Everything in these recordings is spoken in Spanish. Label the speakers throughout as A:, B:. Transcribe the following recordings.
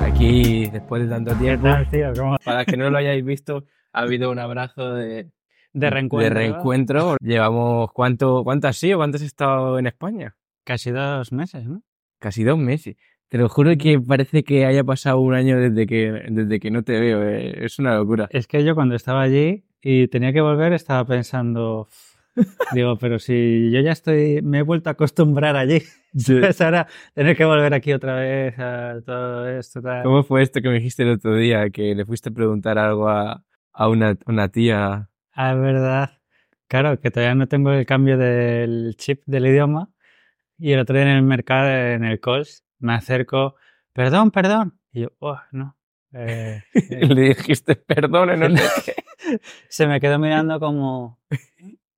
A: aquí después de tanto tiempo.
B: tal, tío? ¿Cómo?
A: Para que no lo hayáis visto, ha habido un abrazo de,
B: De
A: de
B: reencuentro.
A: reencuentro. Llevamos, ¿cuánto, ¿cuánto has sido? ¿Cuánto has estado en España?
B: Casi dos meses, ¿no?
A: Casi dos meses. Te lo juro que parece que haya pasado un año desde que, desde que no te veo. eh. Es una locura.
B: Es que yo cuando estaba allí y tenía que volver estaba pensando, digo, pero si yo ya estoy, me he vuelto a acostumbrar allí, pues ahora tener que volver aquí otra vez a todo esto, tal.
A: ¿Cómo fue esto que me dijiste el otro día? Que le fuiste a preguntar algo a, a una, una tía.
B: Ah, es verdad. Claro, que todavía no tengo el cambio del chip del idioma. Y el otro día en el mercado, en el Coles, me acerco, perdón, perdón. Y yo, oh, no. Eh,
A: Y le dijiste, perdón, no te
B: se me quedó mirando como,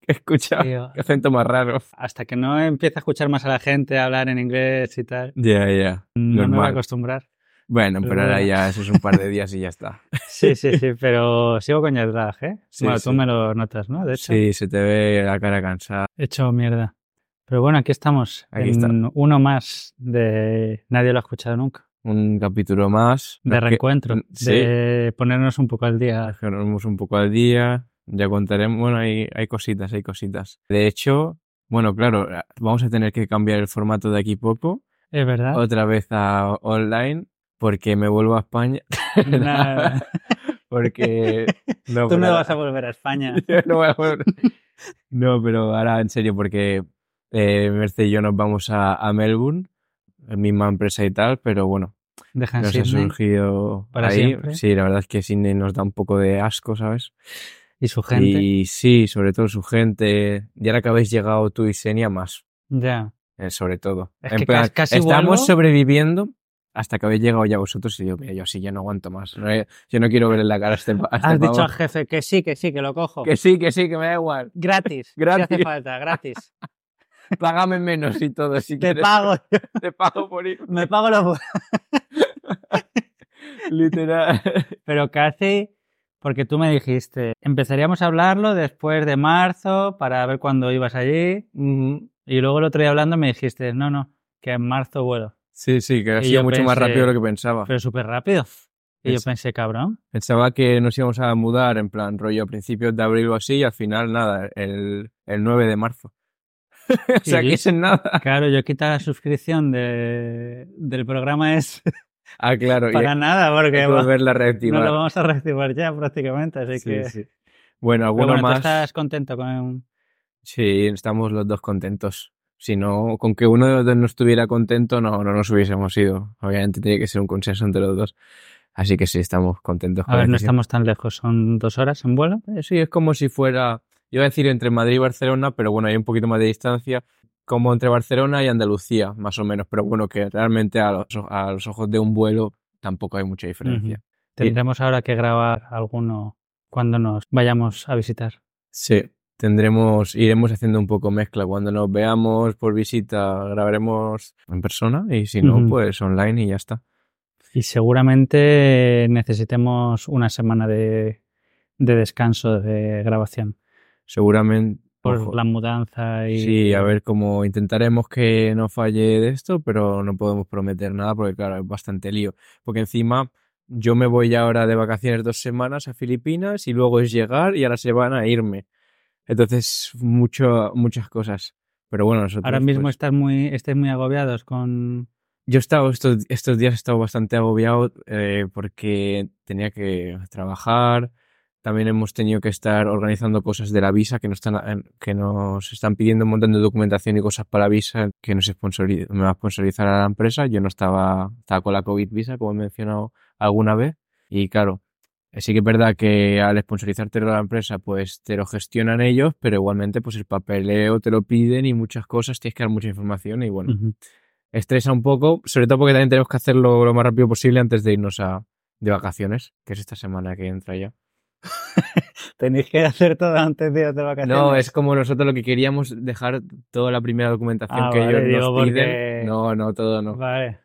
A: he escuchado.
B: tío,
A: Qué acento más raro.
B: hasta que no empiece a escuchar más a la gente hablar en inglés y tal,
A: Ya, ya.
B: no me voy a
A: Normal.
B: acostumbrar.
A: Bueno, pero ahora
B: Normal.
A: ya eso es un par de días y ya está.
B: Sí, sí, sí, pero sigo con jet lag, ¿eh?
A: Sí,
B: bueno, tú
A: sí.
B: me lo notas, ¿no? De hecho,
A: Sí, se te ve la cara cansada.
B: he hecho mierda. Pero bueno, aquí estamos,
A: Aquí
B: en
A: está.
B: uno más de Nadie lo ha escuchado nunca.
A: Un capítulo más.
B: De
A: Nos que-
B: reencuentro,
A: mm, sí.
B: de ponernos un poco al día.
A: nos quedaremos un poco al día. Ya contaremos. Bueno, hay, hay cositas, hay cositas. De hecho, bueno, claro, eh, vamos a tener que cambiar el formato de aquí poco.
B: Es verdad.
A: Otra vez a online. Porque me vuelvo a España.
B: Nada.
A: Porque. No,
B: Tú
A: pero
B: no
A: ahora-
B: vas a volver a España.
A: Yo no voy a volver. No, pero ahora en serio, porque eh, Merce y yo nos vamos a, a Melbourne, misma empresa y tal, pero bueno,
B: Deja en
A: nos ha
B: Sydney
A: surgido
B: para
A: ahí.
B: siempre.
A: Sí, la verdad es que Sydney nos da un poco de asco, ¿sabes?
B: y su gente.
A: Y sí, sobre todo su gente. Y ahora que habéis llegado tú y Senia, más,
B: Ya.
A: eh, sobre todo.
B: Es
A: En
B: que
A: plan,
B: cas- casi
A: estamos
B: vuelvo.
A: sobreviviendo hasta que habéis llegado ya vosotros y yo, mira, yo así ya no aguanto más. No, eh, Yo no quiero ver en la cara a este, a este
B: Has dicho
A: pavo.
B: al jefe que sí, que sí, que lo cojo.
A: Que sí, que sí, que me da igual.
B: Gratis.
A: Gratis.
B: Si hace falta, gratis.
A: Págame menos y todo, si
B: Te
A: quieres.
B: pago,
A: Te pago por ir.
B: me pago los vuelos.
A: Literal.
B: Pero casi, porque tú me dijiste, empezaríamos a hablarlo después de marzo para ver cuándo ibas allí. Y luego el otro día hablando me dijiste, no, no, que en marzo vuelo.
A: Sí, sí, que ha
B: Y
A: sido
B: yo
A: mucho más
B: pensé-
A: rápido de lo que pensaba.
B: Pero súper rápido. Y yo
A: Ah. Es-
B: pensé, cabrón.
A: Pensaba que nos íbamos a mudar en plan rollo a principios de abril o así y al final nada, el, el 9 de marzo. o sea, que
B: Sí.
A: es en nada.
B: Claro, yo quita la suscripción de, del programa es
A: Ah, claro. y
B: para
A: hay
B: nada, porque
A: que
B: va-
A: volverla a
B: no
A: reactivar.
B: lo vamos a reactivar ya prácticamente, así
A: Sí,
B: que...
A: sí. Bueno,
B: Pero
A: alguno
B: bueno,
A: más.
B: tú estás contento con...
A: Sí, estamos los dos contentos. Si no, con que uno de los dos no estuviera contento, no, no nos hubiésemos ido. Obviamente tiene que ser un consenso entre los dos. Así que sí, estamos contentos
B: A
A: la
B: ver, no
A: decisión.
B: estamos tan lejos, son dos horas en vuelo.
A: Eh, Sí, es como si fuera, iba a decir entre Madrid y Barcelona, pero bueno, hay un poquito más de distancia, como entre Barcelona y Andalucía, más o menos. Pero bueno, que realmente a los, a los ojos de un vuelo tampoco hay mucha diferencia.
B: Tendremos ahora que grabar alguno cuando nos vayamos a visitar.
A: Sí, tendremos, iremos haciendo un poco mezcla. Cuando nos veamos por visita, grabaremos en persona y si no,
B: Ujú.
A: pues online y ya está.
B: Y seguramente necesitemos una semana de, de descanso de grabación
A: Seguramente.
B: por
A: ojo,
B: la mudanza y...
A: Sí, a ver cómo intentaremos que no falle de esto, pero no podemos prometer nada porque, claro, es bastante lío. Porque encima yo me voy ahora de vacaciones dos semanas a Filipinas y luego es llegar y a la semana irme. Entonces, mucho, muchas cosas. Pero bueno, nosotros.
B: Ahora mismo
A: pues,
B: estás muy, estáis muy agobiados con...
A: Yo he estado estos, estos días he estado bastante agobiado eh, porque tenía que trabajar. También hemos tenido que estar organizando cosas de la visa que nos están, eh, que nos están pidiendo un montón de documentación y cosas para la visa que nos sponsori- me va a sponsorizar a la empresa. Yo no estaba, estaba con la COVID visa, como he mencionado alguna vez. Y claro, eh, sí que es verdad que al sponsorizarte la empresa, pues te lo gestionan ellos, pero igualmente pues el papeleo te lo piden y muchas cosas, tienes que dar mucha información y bueno
B: Ujú.
A: estresa un poco, sobre todo porque también tenemos que hacerlo lo más rápido posible antes de irnos a, de vacaciones, que es esta semana que entra ya.
B: Tenéis que hacer todo antes de ir de vacaciones.
A: No, es como nosotros lo que queríamos dejar toda la primera documentación
B: Ah,
A: que
B: vale,
A: ellos
B: digo,
A: nos piden.
B: porque-
A: No, no, todo no.
B: Vale.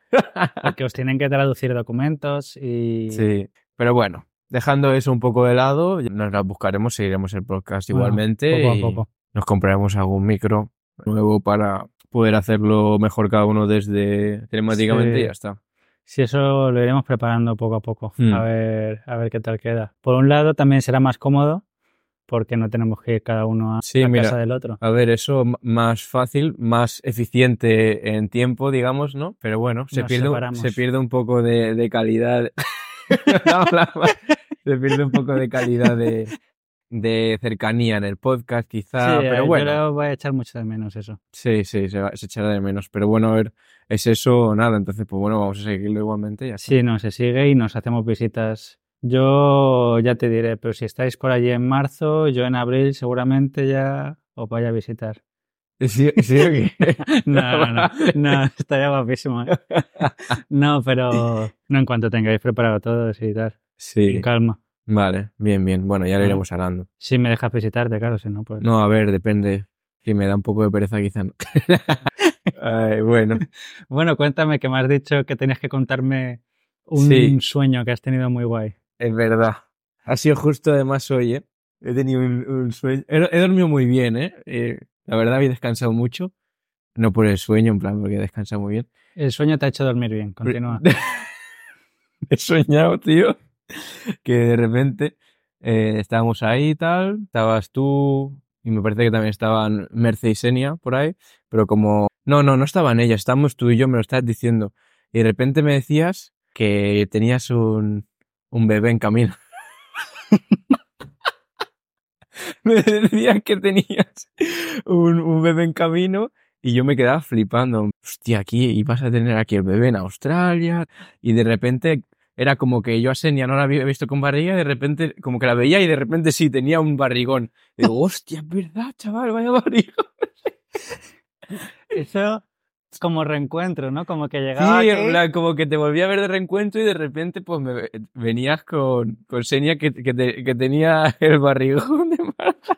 B: Porque os tienen que traducir documentos y.
A: Sí, pero bueno, dejando eso un poco de lado, nos las buscaremos, seguiremos el podcast
B: Bueno,
A: igualmente
B: Poco a
A: y
B: poco.
A: nos compraremos algún micro nuevo para poder hacerlo mejor cada uno desde telemáticamente
B: Sí.
A: y ya está.
B: Si eso lo iremos preparando poco a poco,
A: Mm.
B: a, ver, a ver qué tal queda. Por un lado, también será más cómodo porque no tenemos que ir cada uno a
A: Sí,
B: a
A: mira.
B: casa del otro.
A: A ver, eso m- más fácil, más eficiente en tiempo, digamos, ¿no? Pero bueno, se,
B: Nos
A: pierde, un-
B: separamos.
A: se pierde un poco de, de calidad. No, la- se pierde un poco de calidad de, de cercanía en el podcast, quizá.
B: Sí,
A: pero
B: yo
A: bueno,
B: lo voy a echar mucho de menos eso.
A: sí, sí, se, va- se echará de menos. Pero bueno, a ver, es eso o nada. Entonces, pues bueno, vamos a seguirlo igualmente. y Ya está.
B: Sí, no, se sigue y nos hacemos visitas. Yo ya te diré, pero si estáis por allí en marzo, yo en abril seguramente ya os vaya a visitar.
A: Sí, sí, ok.
B: No, no, no, no, estaría guapísimo. ¿eh? No, pero no en cuanto tengáis preparado todo, sí, tal,
A: Sí,
B: con calma.
A: vale, bien, bien. Bueno, ya lo
B: Ah.
A: iremos hablando.
B: Si me dejas visitarte, claro, si no, pues...
A: No, a ver, depende. Si me da un poco de pereza, quizá no. Ay, bueno.
B: Bueno, cuéntame que me has dicho que tenías que contarme un
A: Sí.
B: sueño que has tenido muy guay.
A: Es verdad. Ha sido justo además hoy, ¿eh? He tenido un, un sueño. He, he dormido muy bien, ¿eh? Eh, La verdad, había descansado mucho. No por el sueño, en plan, porque he descansado muy bien.
B: El sueño te ha hecho dormir bien, continúa.
A: He soñado, tío, que de repente eh, estábamos ahí y tal. Estabas tú y me parece que también estaban Merce y Senia por ahí. Pero como... No, no, no estaban ellas. Estábamos tú y yo, me lo estás diciendo. Y de repente me decías que tenías un, un bebé en camino. me decías que tenías un, un bebé en camino y yo me quedaba flipando. Hostia, aquí ibas a tener aquí el bebé en Australia. Y de repente era como que yo a Senia no la había visto con barriga y de repente como que la veía y de repente sí, tenía un barrigón. Y digo, hostia, es verdad, chaval, vaya barrigón.
B: Eso es como reencuentro, ¿no? Como que llegaba
A: Sí,
B: aquí,
A: en plan, como que te volví a ver de reencuentro y de repente pues me ve- venías con, con Senia que, que, te- que tenía el barrigón de Marta.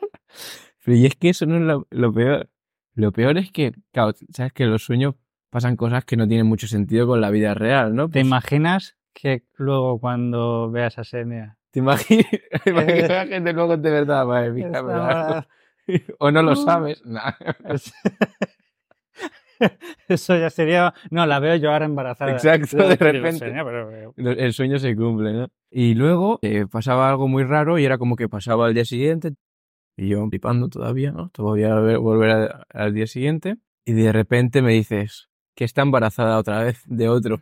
A: Pero y es que eso no es lo, lo peor. Lo peor es que, claro, sabes que en los sueños pasan cosas que no tienen mucho sentido con la vida real, ¿no?
B: ¿Te
A: Pues,
B: imaginas que luego cuando veas a Senia...
A: ¿Te imaginas? imaginas que te- luego de verdad, madre mía, ¿verdad? O no lo sabes. Nah.
B: Es- Eso ya sería. No, la veo yo ahora embarazada.
A: Exacto,
B: Digo,
A: de
B: digo,
A: repente.
B: "Señor, pero-
A: Lo- El sueño se cumple, ¿no? Y luego eh, pasaba algo muy raro y era como que pasaba al día siguiente y yo flipando todavía, ¿no? Todavía a ver- volver a- al día siguiente y de repente me dices que está embarazada otra vez de otro.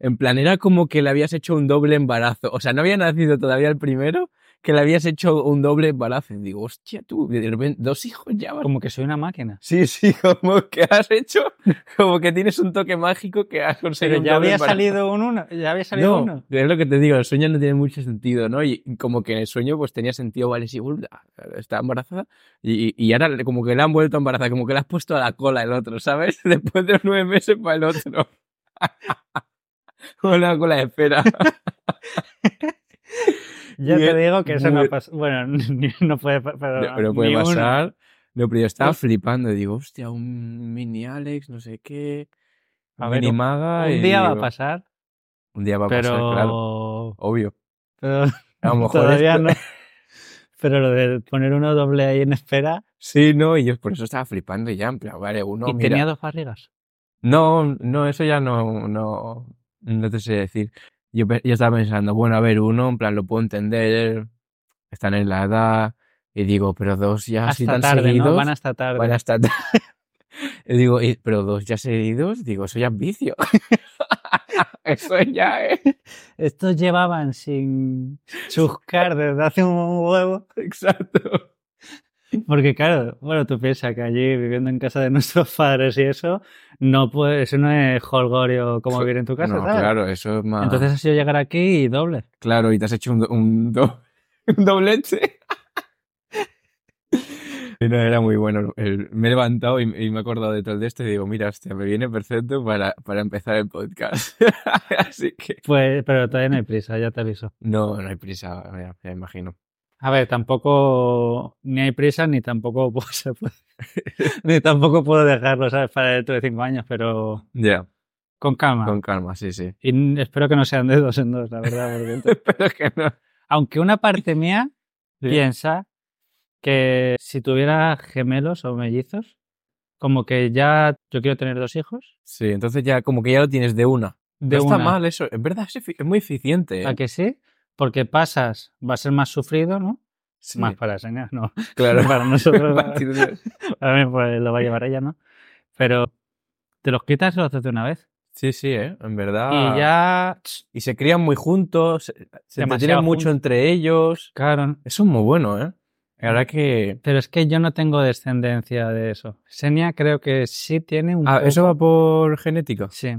A: En plan, era como que le habías hecho un doble embarazo. O sea, no había nacido todavía el primero, que le habías hecho un doble embarazo. Y digo, hostia, tú, de repente, dos hijos ya vas
B: Como que soy una máquina.
A: Sí, sí, como que has hecho, como que tienes un toque mágico que has conseguido.
B: Pero
A: un
B: ya
A: doble
B: había
A: embarazo.
B: salido un uno. Ya había salido
A: no,
B: uno.
A: Es lo que te digo, el sueño no tiene mucho sentido, ¿no? Y como que en el sueño pues tenía sentido, vale, sí, uh, está embarazada. Y, y ahora le- como que la han vuelto embarazada, como que la has puesto a la cola el otro, ¿sabes? Después de los nueve meses para el otro. Con la cola de espera.
B: Ya
A: Muy-
B: te digo que eso
A: muy-
B: no pasa. Bueno, ni- no puede, pa- pero,
A: No, pero puede
B: ni uno.
A: pasar. No, pero yo estaba
B: Pues-
A: flipando. y Digo, hostia, un mini Alex, no sé qué.
B: A
A: un
B: ver,
A: mini
B: un-
A: maga. y
B: Un día va a
A: digo,
B: pasar,
A: Un día va a pasar,
B: pero.
A: claro. Obvio.
B: pero
A: A lo mejor
B: todavía
A: esto-
B: no. Pero lo de poner uno doble ahí en espera.
A: Sí, no, y yo por eso estaba flipando ya, en plan, vale, uno,
B: y
A: mira.
B: tenía dos barrigas.
A: No, no, eso ya no, no, no te sé decir. Yo, pe- yo estaba pensando, bueno, a ver, uno, en plan, lo puedo entender, están en la edad, y digo, pero dos ya así
B: hasta
A: tan
B: tarde, ¿no?
A: seguidos,
B: Van hasta tarde.
A: van hasta ta- Y digo, y- pero dos ya seguidos, digo, eso ya es vicio. Eso ya es.
B: Estos llevaban sin chuscar desde hace un huevo.
A: Exacto.
B: Porque claro, bueno, tú piensas que allí viviendo en casa de nuestros padres y eso, no puede, eso no es holgorio como
A: Fue-
B: vivir en tu casa,
A: No,
B: ¿sabes?
A: claro, eso es más.
B: Entonces ha sido llegar aquí y doble.
A: Claro, y te has hecho un, do- un, do- un doblete. Y no, era muy bueno. El- me he levantado y, y me he acordado de todo de esto y digo, mira, hostia, me viene perfecto para, para empezar el podcast. Así que
B: Pues, pero todavía no hay prisa, ya te aviso.
A: no, no hay prisa, ya, ya imagino.
B: A ver, tampoco ni hay prisa ni tampoco puedo, se puede- ni tampoco puedo dejarlo, ¿sabes? Para dentro de cinco años, pero
A: Ya,
B: con calma.
A: con calma, sí, sí.
B: Y n- espero que no sean de dos en dos, la verdad. Porque
A: Pero que no.
B: aunque una parte mía
A: Sí.
B: piensa que si tuviera gemelos o mellizos, como que ya yo quiero tener dos hijos.
A: Sí, entonces ya como que ya lo tienes de una.
B: de
A: no está
B: una.
A: mal eso. En verdad es, efi- es muy eficiente. ¿eh?
B: ¿A que sí? Porque pasas, va a ser más sufrido, ¿no?
A: Sí,
B: Más para señas, no.
A: claro.
B: Para nosotros,
A: Para ti,
B: para, mí pues, lo va a llevar ella, ¿no? Pero te los quitas y los haces de una vez.
A: sí, sí, ¿eh? en verdad.
B: Y ya, ch,
A: Y se crían muy juntos, se- se
B: Demasiado
A: entretienen mucho
B: juntos.
A: entre ellos.
B: claro.
A: Eso es muy bueno, ¿eh? La verdad que...
B: Pero es que yo no tengo descendencia de eso. Senia creo que sí tiene un
A: Ah,
B: poco-
A: ¿eso va por genética?
B: Sí.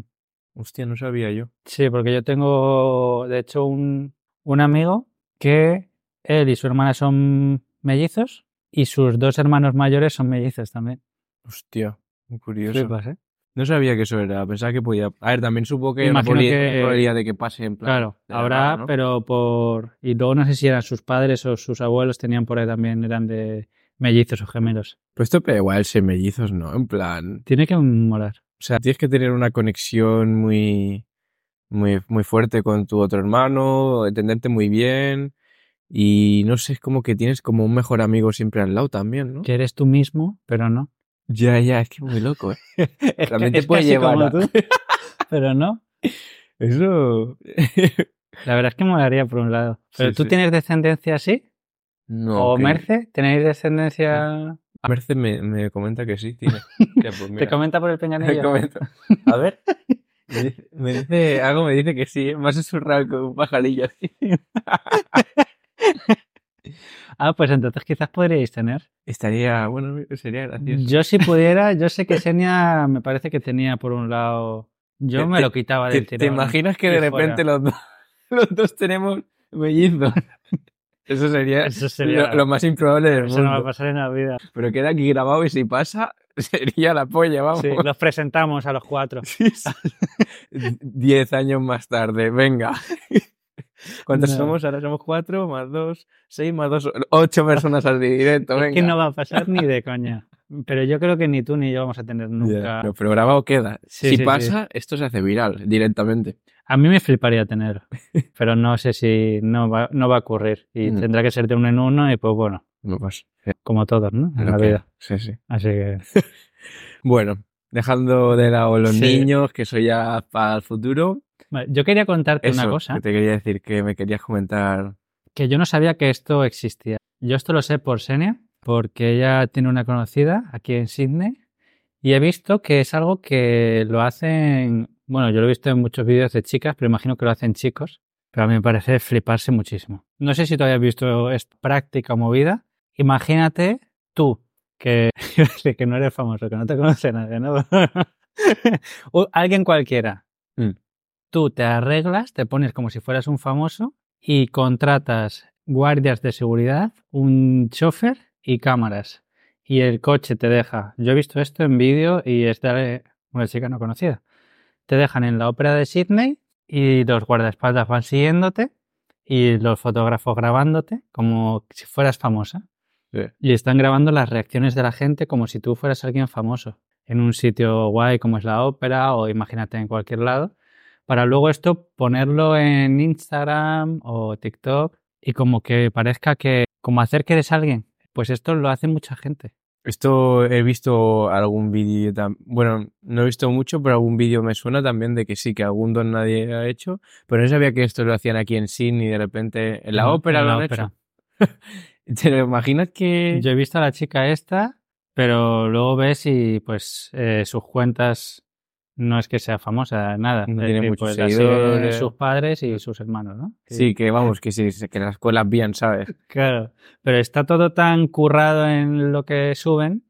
A: Hostia, no sabía yo.
B: Sí, porque yo tengo, de hecho, un, un amigo que él y su hermana son mellizos y sus dos hermanos mayores son mellizos también.
A: Hostia, muy curioso.
B: Flipas, ¿eh?
A: No sabía que eso era, pensaba que podía... A ver, también supo que... hay una
B: Imagino
A: probabilidad-
B: que-
A: probabilidad de que pase en plan...
B: Claro,
A: de la
B: habrá,
A: nada, ¿no?
B: pero por... Y luego no sé si eran sus padres o sus abuelos tenían por ahí también, eran de mellizos o gemelos.
A: Pero Pues esto pega igual ser mellizos, ¿no? En plan...
B: Tiene que molar.
A: O sea, tienes que tener una conexión muy, muy, muy fuerte con tu otro hermano, entenderte muy bien. Y no sé, es como que tienes como un mejor amigo siempre al lado también, ¿no?
B: Que eres tú mismo, pero no.
A: Ya, ya, es que muy loco, ¿eh?
B: Es
A: También
B: ca-
A: te
B: es
A: puede
B: casi
A: llevar
B: como
A: a-
B: tú, pero no.
A: Eso.
B: La verdad es que molaría por un lado. ¿Pero
A: Sí,
B: tú
A: sí.
B: tienes descendencia así?
A: No.
B: ¿O
A: que-
B: Merce? ¿Tenéis descendencia...?
A: Merce me, me comenta que sí, tiene. Ya, pues mira,
B: ¿Te comenta por el
A: me
B: peñanillo?
A: comenta. A ver. Me dice, me dice- algo me dice que sí, ¿eh? más susurrado con un pajarillo así.
B: Ah, pues entonces quizás podríais tener.
A: Estaría, bueno, sería gracioso.
B: Yo si pudiera, yo sé que Senia me parece que tenía por un lado... Yo
A: Te-
B: me
A: te-
B: lo quitaba
A: ¿Te,
B: del
A: te
B: tirón.
A: imaginas que
B: y
A: de
B: fuera.
A: repente los, do- los dos tenemos mellizos? Eso sería,
B: Eso sería...
A: lo, lo más improbable del
B: Eso no va a
A: mundo.
B: pasar en la vida.
A: Pero queda aquí grabado y si pasa, sería la polla, vamos.
B: Sí, los presentamos a los cuatro.
A: Sí, sí. Diez años más tarde, venga. ¿Cuántos
B: No.
A: somos? Ahora somos cuatro, más dos, seis, más dos, ocho personas al directo,
B: Es
A: venga.
B: que no va a pasar ni de coña. Pero yo creo que ni tú ni yo vamos a tener
A: Ya,
B: nunca.
A: no, pero grabado queda.
B: Sí,
A: si
B: sí, sí.
A: pasa, esto se hace viral directamente.
B: A mí me fliparía tener, pero no sé si no va, no va a ocurrir. Y
A: Mm.
B: tendrá que ser de uno en uno y pues bueno,
A: No pasa.
B: como todos, ¿no? En la
A: Ok,
B: vida.
A: Sí, sí.
B: Así que...
A: Bueno, dejando de lado los
B: Sí.
A: niños, que eso ya para el futuro.
B: Vale, Yo quería contarte
A: Eso,
B: una cosa,
A: que te quería decir que me querías comentar.
B: que yo no sabía que esto existía. Yo esto lo sé por Senia, porque ella tiene una conocida aquí en Sydney y he visto que es algo que lo hacen, bueno, yo lo he visto en muchos vídeos de chicas, pero imagino que lo hacen chicos, pero a mí me parece fliparse muchísimo. No sé si tú hayas visto esta práctica o movida. Imagínate tú, que, que no eres famoso, que no te conoce nadie, ¿no? O alguien cualquiera.
A: Mm.
B: Tú te arreglas, te pones como si fueras un famoso y contratas guardias de seguridad, un chofer y cámaras. Y el coche te deja. Yo he visto esto en vídeo y es de una chica no conocida. Te dejan en la ópera de Sydney y los guardaespaldas van siguiéndote y los fotógrafos grabándote como si fueras famosa.
A: Sí.
B: Y están grabando las reacciones de la gente como si tú fueras alguien famoso en un sitio guay como es la ópera o imagínate en cualquier lado para luego esto ponerlo en Instagram o TikTok y como que parezca que, como hacer que eres alguien. Pues esto lo hace mucha gente.
A: Esto he visto algún vídeo, tam- bueno, no he visto mucho, pero algún vídeo me suena también de que sí, que algún don nadie ha hecho, pero no sabía que esto lo hacían aquí en Sydney y de repente en la
B: En-
A: ópera
B: en
A: lo
B: la
A: han
B: ópera.
A: hecho. ¿Te lo imaginas que...?
B: Yo he visto a la chica esta, pero luego ves y pues eh, sus cuentas no es que sea famosa, nada.
A: No
B: Es
A: tiene
B: decir,
A: muchos
B: pues la siguen
A: seguidores.
B: Sus padres y sus hermanos, ¿no?
A: Sí, que vamos, que sí, que las escuelas bien, ¿sabes?
B: Claro, pero está todo tan currado en lo que suben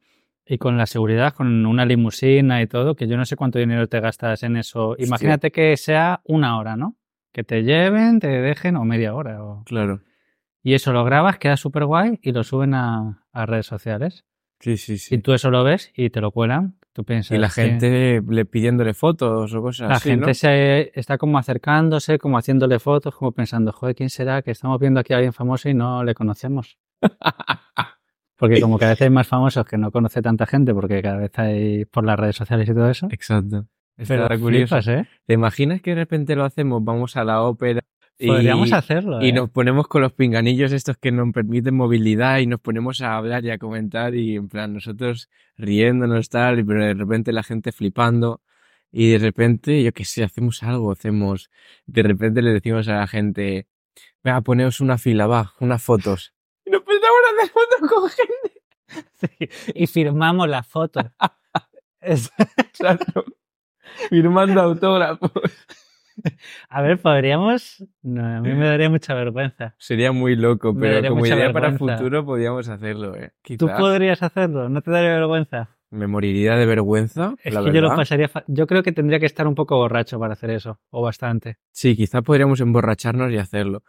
B: y con la seguridad, con una limusina y todo, que yo no sé cuánto dinero te gastas en eso.
A: Hostia.
B: Imagínate que sea una hora, ¿no? Que te lleven, te dejen o media hora. o-
A: Claro.
B: Y eso lo grabas, queda súper guay y lo suben a, a redes sociales.
A: Sí, sí,
B: Y
A: sí.
B: tú eso lo ves y te lo cuelan. Tú
A: Y
B: piensas
A: la
B: que-
A: gente le pidiéndole fotos o cosas
B: La
A: así,
B: gente
A: Ah, ¿no?
B: se está como acercándose, como haciéndole fotos, como pensando, joder, ¿quién será? Que estamos viendo aquí a alguien famoso y no le conocemos. Porque como cada vez hay más famosos que no conoce tanta gente, porque cada vez hay por las redes sociales y todo eso.
A: Exacto.
B: Pero
A: Está curioso.
B: flipas, ¿eh?
A: ¿Te imaginas que de repente lo hacemos? Vamos a la ópera y,
B: Podríamos hacerlo.
A: y
B: ¿eh?
A: nos ponemos con los pinganillos estos que nos permiten movilidad y nos ponemos a hablar y a comentar y en plan nosotros riéndonos tal, y pero de repente la gente flipando Y de repente, yo qué sé, hacemos algo, hacemos. De repente le decimos a la gente, venga, poneos una fila, va, unas fotos. Y nos empezamos a hacer fotos con gente.
B: Sí, y firmamos las fotos. Es-
A: Claro. Firmando autógrafos.
B: a ver, podríamos. No, a mí
A: Eh.
B: me daría mucha vergüenza.
A: Sería muy loco,
B: Me
A: pero
B: daría
A: como
B: mucha
A: idea para
B: vergüenza.
A: futuro podíamos hacerlo, ¿eh?
B: Tú
A: Quizá
B: podrías hacerlo, no te daría vergüenza.
A: me moriría de vergüenza,
B: Es
A: la
B: que yo lo
A: verdad.
B: pasaría. fa- Yo creo que tendría que estar un poco borracho para hacer eso, o bastante.
A: Sí, quizá podríamos emborracharnos y hacerlo.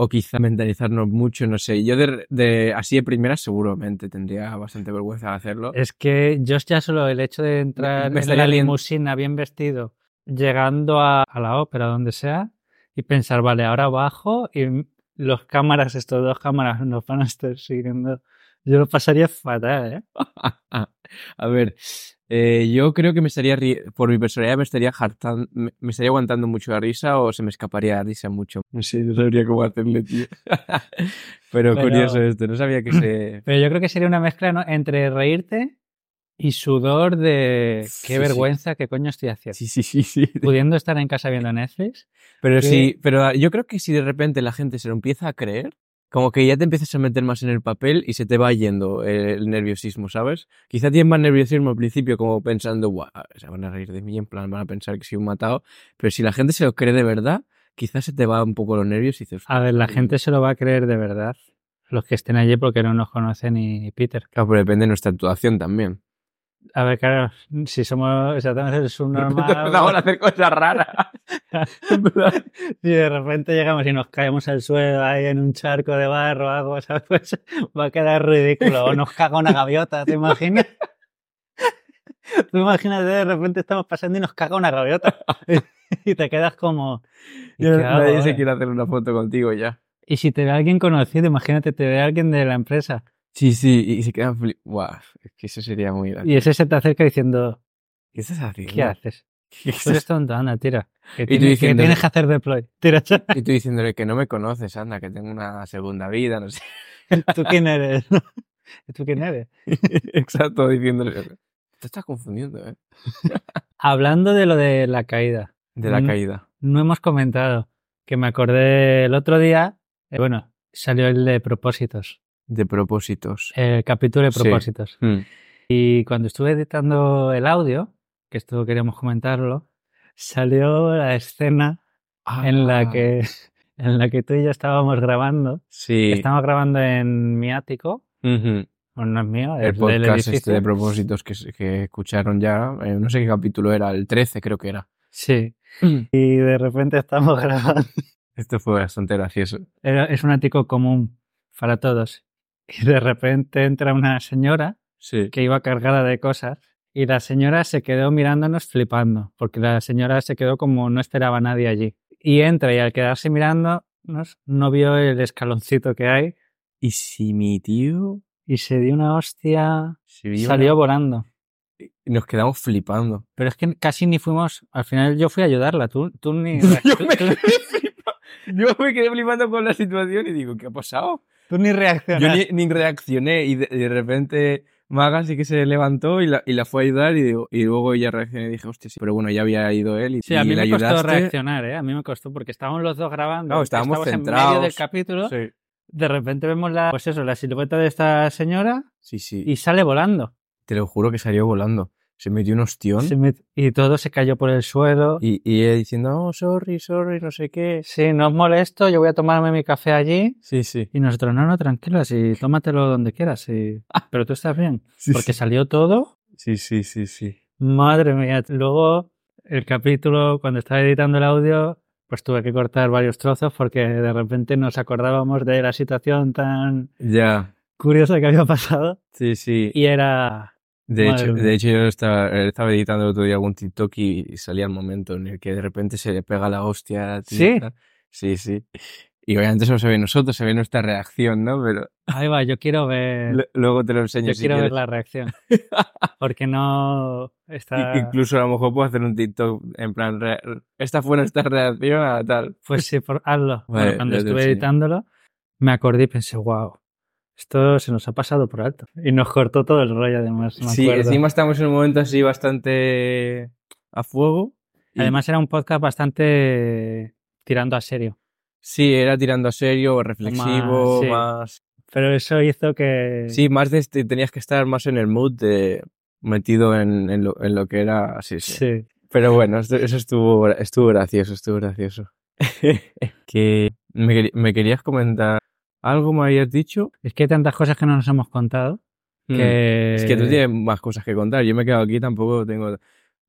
A: O quizá mentalizarnos mucho, no sé. Yo de, de- así de primera seguramente tendría bastante vergüenza de hacerlo.
B: Es que yo ya solo el hecho de entrar
A: me
B: en
A: estaría
B: la
A: lien-
B: limusina bien vestido, llegando a, a la ópera, donde sea, y pensar, vale, ahora bajo y m- los cámaras, estos dos cámaras, nos van a estar siguiendo. Yo lo pasaría fatal, ¿eh?
A: A ver, eh, yo creo que me estaría, ri- por mi personalidad, me estaría hartan- me, me estaría aguantando mucho la risa o se me escaparía la risa mucho. No sé, no sabría cómo hacerle, tío. Pero,
B: Pero-
A: curioso esto, no sabía que se...
B: Pero yo creo que sería una mezcla ¿no? entre reírte y sudor de qué
A: Sí, sí.
B: vergüenza, qué coño estoy haciendo.
A: Sí, sí, sí, sí.
B: Pudiendo estar en casa viendo Netflix.
A: Pero
B: que-
A: sí, pero ah, yo creo que si de repente la gente se lo empieza a creer, como que ya te empiezas a meter más en el papel y se te va yendo eh, el nerviosismo, ¿sabes? Quizá tienes más nerviosismo al principio, como pensando, "Buah, se van a reír de mí, en plan, van a pensar que soy un matado. Pero si la gente se lo cree de verdad, quizás se te va un poco los nervios y dices,
B: A ver, la
A: Sí.
B: gente se lo va a creer de verdad. Los que estén allí porque no nos conocen y, y Peter.
A: claro, pero depende de nuestra actuación también.
B: A ver, claro, si somos exactamente el
A: Empezamos a
B: subnormal.
A: hacer cosas raras.
B: si de repente llegamos y nos caemos al suelo ahí en un charco de barro o algo, ¿sabes? Pues va a quedar ridículo. O nos caga una gaviota, ¿te imaginas? Tú imagínate, de repente estamos pasando y nos caga una gaviota. y te quedas como. ¿y
A: Ya
B: qué hago eh?
A: Nadie se
B: ahora?
A: quiere hacer una foto contigo ya.
B: Y si te ve alguien conocido, imagínate, te ve alguien de la empresa.
A: Sí, sí, y se quedan flip. Guau, es que eso sería muy gracioso.
B: Y ese se te acerca diciendo,
A: ¿Qué estás haciendo?
B: ¿qué haces?
A: ¿Qué
B: Tú
A: estás
B: eres tonto, anda, tira. Que,
A: tú
B: tiene- que
A: diciendo-
B: tienes que hacer deploy. Tira, chaval.
A: Y tú diciéndole que no me conoces, anda, que tengo una segunda vida, no sé.
B: ¿Tú quién eres? ¿Tú quién eres?
A: Exacto, diciéndole. eso. Te estás confundiendo, ¿eh?
B: Hablando de lo de la caída,
A: De la
B: Mm.
A: caída.
B: no hemos comentado que me acordé el otro día, eh, bueno, salió el de propósitos,
A: De propósitos.
B: el capítulo de
A: Sí.
B: propósitos.
A: Mm.
B: Y cuando estuve editando el audio, que esto queríamos comentarlo, salió la escena en la
A: Ah,
B: que en la que tú y yo estábamos grabando.
A: Sí.
B: Estábamos grabando en mi ático,
A: Ujú.
B: bueno, no es mío,
A: El
B: es del
A: podcast este
B: edificio.
A: de propósitos que, se- que escucharon ya, eh, no sé qué capítulo era, el 13 creo que era.
B: Sí. Y de repente estamos grabando.
A: Esto fue bastante gracioso.
B: Era- es un ático común para todos. Y de repente entra una señora
A: Sí.
B: que iba cargada de cosas y la señora se quedó mirándonos flipando, porque la señora se quedó como no esperaba a nadie allí. Y entra y al quedarse mirándonos no vio el escaloncito que hay
A: Y si mi tío
B: y se dio una hostia,
A: se vio
B: salió
A: una-
B: volando.
A: nos quedamos flipando.
B: Pero es que casi ni fuimos, al final yo fui a ayudarla, tú, tú ni, re-
A: Yo
B: tú-
A: me
B: tú-
A: quedé flipando. Yo me quedé flipando con la situación y digo, ¿qué ha pasado?
B: tú ni reaccionaste.
A: Yo ni, ni reaccioné y de, y de repente Maga sí que se levantó y la, y la fue a ayudar y, digo- y luego ella reaccionó y dije, hostia, sí, pero bueno, ya había ido él y,
B: Sí, a mí
A: y
B: me
A: le
B: costó
A: ayudaste.
B: reaccionar, ¿eh? A mí me costó porque estábamos los dos grabando.
A: Claro, estábamos
B: en medio del
A: centrados.
B: capítulo.
A: Sí,
B: De repente vemos la, pues eso, la silueta de esta señora
A: sí, sí.
B: y sale volando.
A: Te lo juro que salió volando. Se metió un ostión
B: Se met- Y todo se cayó por el suelo.
A: y, y ella diciendo, oh, sorry, sorry, no sé qué.
B: Sí, no os molesto, yo voy a tomarme mi café allí.
A: Sí, sí.
B: Y nosotros, no, no, tranquilo, así, tómatelo donde quieras. y- Pero tú estás bien.
A: Sí,
B: Porque salió todo.
A: sí, sí, sí, sí.
B: Madre mía. Luego, el capítulo, cuando estaba editando el audio, pues tuve que cortar varios trozos porque de repente nos acordábamos de la situación tan
A: Ya,
B: curiosa que había pasado.
A: sí, sí.
B: Y era.
A: De
B: Madre
A: hecho,
B: mía.
A: de hecho, yo estaba, eh, estaba editando el otro día algún TikTok y, y salía el momento en el que de repente se le pega la hostia. a la tía.
B: ¿Sí?
A: Sí, sí. Y obviamente eso se ve en nosotros, se ve nuestra reacción, ¿no? Pero
B: Ahí va, yo quiero ver.
A: lo- luego te lo enseño
B: Eh, Yo
A: si
B: quiero ver
A: quieres.
B: la reacción. Porque no está.
A: I- Incluso a lo mejor puedo hacer un TikTok en plan, re- esta fue nuestra reacción a tal.
B: Pues sí, por- hazlo. Bueno,
A: Vale,
B: cuando
A: ya te
B: estuve
A: enseño.
B: editándolo, me acordé y pensé, wow, esto se nos ha pasado por alto. Y nos cortó todo el rollo, además. Me
A: sí,
B: acuerdo.
A: encima estamos en un momento así bastante a fuego. y-
B: Además era un podcast bastante tirando a serio.
A: sí, era tirando a serio, reflexivo,
B: sí.
A: más.
B: Pero eso hizo que...
A: Sí, más de este- tenías que estar más en el mood de metido en, en lo, en lo que era. Sí, sí.
B: sí.
A: Pero bueno, esto- eso estuvo, estuvo gracioso, estuvo gracioso. que me, queri- me querías comentar algo, me habías dicho.
B: Es que hay tantas cosas que no nos hemos contado.
A: Mm.
B: Que...
A: Es que tú tienes más cosas que contar. Yo me he quedado aquí, tampoco tengo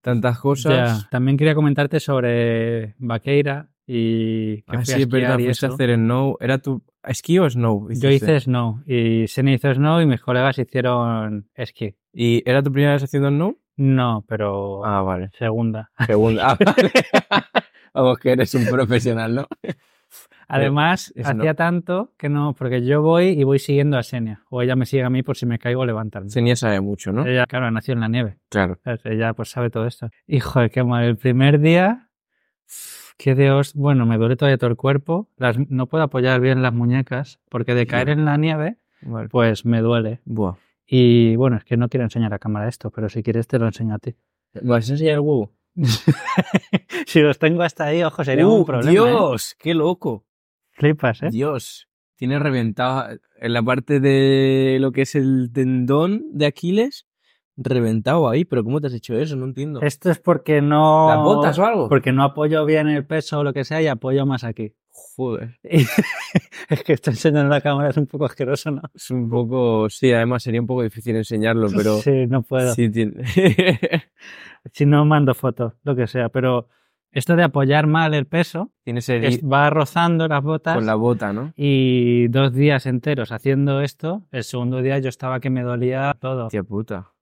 A: tantas cosas.
B: Ya. También quería comentarte sobre Vaqueira y... que fui a
A: Así Ah, es
B: esquiar
A: verdad,
B: y
A: fuiste a
B: eso.
A: hacer snow. ¿Era tu esquí o snow?
B: Yo
A: hiciste?
B: hice snow y Sene hizo snow y mis colegas hicieron esquí.
A: ¿Y era tu primera vez haciendo snow?
B: No, pero
A: Ah, vale.
B: segunda.
A: Segunda. Ah, vale. Vamos, que eres un profesional, ¿no?
B: Además,
A: es
B: hacía tanto que no, porque yo voy y voy siguiendo a Senia. O ella me sigue a mí por si me caigo, levantarme.
A: Senia sabe mucho, ¿no?
B: Ella, claro, nació en la nieve.
A: Claro.
B: ¿sabes? Ella pues sabe todo esto. Hijo de qué mal. El primer día, qué Dios, bueno, me duele todavía todo el cuerpo. Las, no puedo apoyar bien las muñecas porque de caer
A: Ya.
B: en la nieve,
A: Vale.
B: pues me duele.
A: Buah.
B: Y bueno, es que no quiero enseñar a cámara esto, pero si quieres te lo enseño a ti.
A: ¿Me vas a enseñar el huevo?
B: si los tengo hasta ahí, ojo, sería
A: ¡Uh,
B: un problema. ¿eh?
A: ¡Dios! ¡Qué loco!
B: Flipas, ¿eh?
A: Dios, tiene reventado eh, en la parte de lo que es el tendón de Aquiles, reventado ahí, pero ¿cómo te has hecho eso? No entiendo.
B: Esto es porque no.
A: ¿Las botas o algo?
B: Porque no apoyo bien el peso o lo que sea y apoyo más aquí.
A: Joder,
B: es que estoy enseñando a la cámara, es un poco asqueroso, ¿no?
A: es un poco, sí, además sería un poco difícil enseñarlo, pero
B: Sí, no puedo.
A: sí tiene,
B: Si no, mando fotos, lo que sea. Pero esto de apoyar mal el peso
A: tiene ese
B: es- va rozando las botas.
A: con la bota, ¿no?
B: Y dos días enteros haciendo esto, el segundo día yo estaba que me dolía todo.
A: Hostia puta.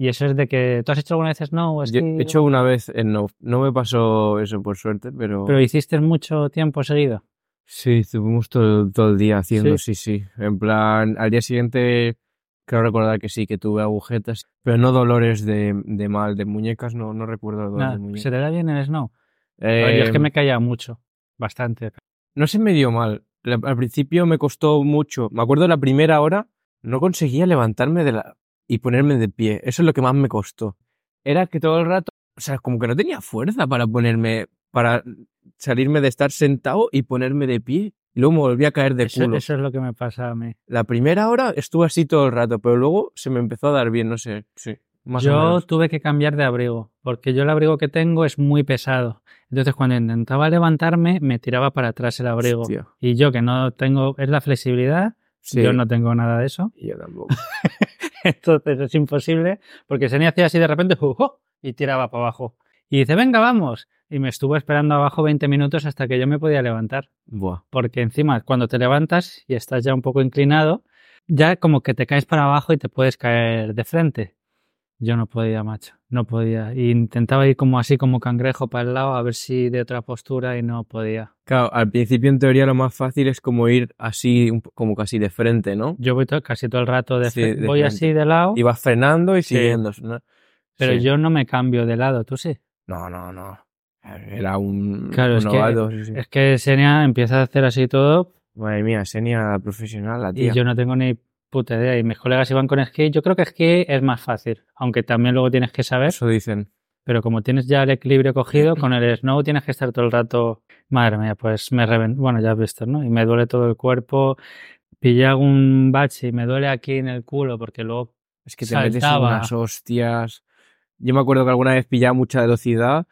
B: Y eso es de que. ¿Tú has hecho alguna vez snow? o
A: Yo
B: esquí?
A: he hecho una vez en no, no me pasó eso por suerte, pero,
B: Pero hiciste mucho tiempo seguido.
A: sí, estuvimos todo, todo el día haciendo,
B: Ah. Sí.
A: sí. sí, En plan, al día siguiente creo recordar que sí, que tuve agujetas, pero no dolores de, de mal, de muñecas, no, no recuerdo dolores
B: Nada,
A: de muñecas.
B: ¿Se te da bien el snow? A ver,
A: Eh,
B: yo es que me caía mucho, bastante.
A: No se me dio mal. La- al principio me costó mucho. Me acuerdo la primera hora, no conseguía levantarme de la y ponerme de pie. Eso es lo que más me costó. Era que todo el rato, o sea, como que no tenía fuerza para ponerme, para salirme de estar sentado y ponerme de pie. Y luego me volví a caer de
B: Eso,
A: culo.
B: eso es lo que me pasa a mí.
A: La primera hora estuve así todo el rato, pero luego se me empezó a dar bien, no sé. Sí, más o
B: yo
A: menos.
B: tuve que cambiar de abrigo, porque yo el abrigo que tengo es muy pesado. Entonces, cuando intentaba levantarme, me tiraba para atrás el abrigo.
A: Hostia,
B: Y yo, que no tengo, es la flexibilidad,
A: sí.
B: yo no tengo nada de eso.
A: Yo tampoco.
B: Entonces, es imposible, porque se me hacía así de repente, ¡ujú! y tiraba para abajo. Y dice, venga, vamos. Y me estuvo esperando abajo 20 minutos hasta que yo me podía levantar.
A: Buah.
B: porque encima cuando te levantas y estás ya un poco inclinado, ya como que te caes para abajo y te puedes caer de frente. Yo no podía, macho, no podía. Y intentaba ir como así, como cangrejo para el lado, a ver si de otra postura y no podía.
A: Claro, al principio en teoría lo más fácil es como ir así, un po- como casi de frente, ¿no?
B: Yo voy to- casi todo el rato de,
A: Sí,
B: fre-
A: de
B: voy
A: frente.
B: así de lado,
A: Y vas frenando y
B: Sí.
A: siguiendo. ¿no?
B: pero
A: Sí.
B: yo no me cambio de lado, tú sí.
A: No, no, no. Era un,
B: Claro,
A: un
B: es que-
A: novato, sí, sí.
B: Es que Senia empieza a hacer así todo
A: Madre mía, Senia profesional, la
B: y
A: tía.
B: yo no tengo ni puta idea. Y mis colegas iban con esquí. Yo creo que esquí es más fácil, aunque también luego tienes que saber.
A: Eso dicen.
B: Pero como tienes ya el equilibrio cogido, con el snow tienes que estar todo el rato. Madre mía, pues me reven... Bueno, ya has visto, ¿no? Y me duele todo el cuerpo. Pillé algún bache y me duele aquí en el culo porque luego.
A: Es que te metes en
B: Saltaba.
A: unas hostias. Yo me acuerdo que alguna vez pillaba mucha velocidad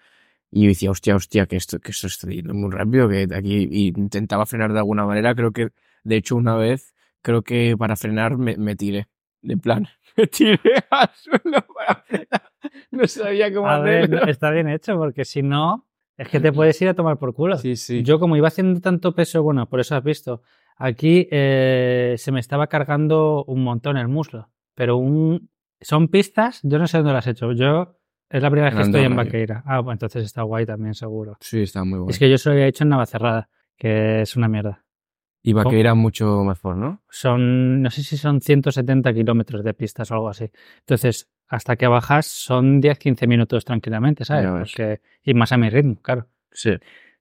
A: y yo decía, hostia, hostia, que esto, que esto está yendo muy rápido, que aquí y intentaba frenar de alguna manera. Creo que, de hecho, una vez, creo que para frenar me, me tiré. De plan, me tiré al suelo para frenar. No sabía cómo
B: A ver,
A: hacerlo.
B: está bien hecho porque si no, es que te puedes ir a tomar por culo.
A: Sí, sí.
B: Yo, como iba haciendo tanto peso, bueno, por eso has visto, aquí eh, se me estaba cargando un montón el muslo. Pero un... son pistas, yo no sé dónde las he hecho. Yo es la primera vez
A: En
B: que estoy en
A: Andorra, yo.
B: Vaqueira. Ah, bueno, entonces está guay también, seguro.
A: Sí, está muy bueno.
B: Es que yo solo había hecho en Navacerrada, que es una mierda.
A: Y
B: ¿Cómo?
A: Vaqueira mucho mejor, ¿no?
B: Son, no sé si son 170 kilómetros de pistas o algo así. Entonces, hasta que bajas son 10-15 minutos tranquilamente, ¿sabes?
A: Ya ves.
B: Porque- y más a mi ritmo, claro.
A: Sí.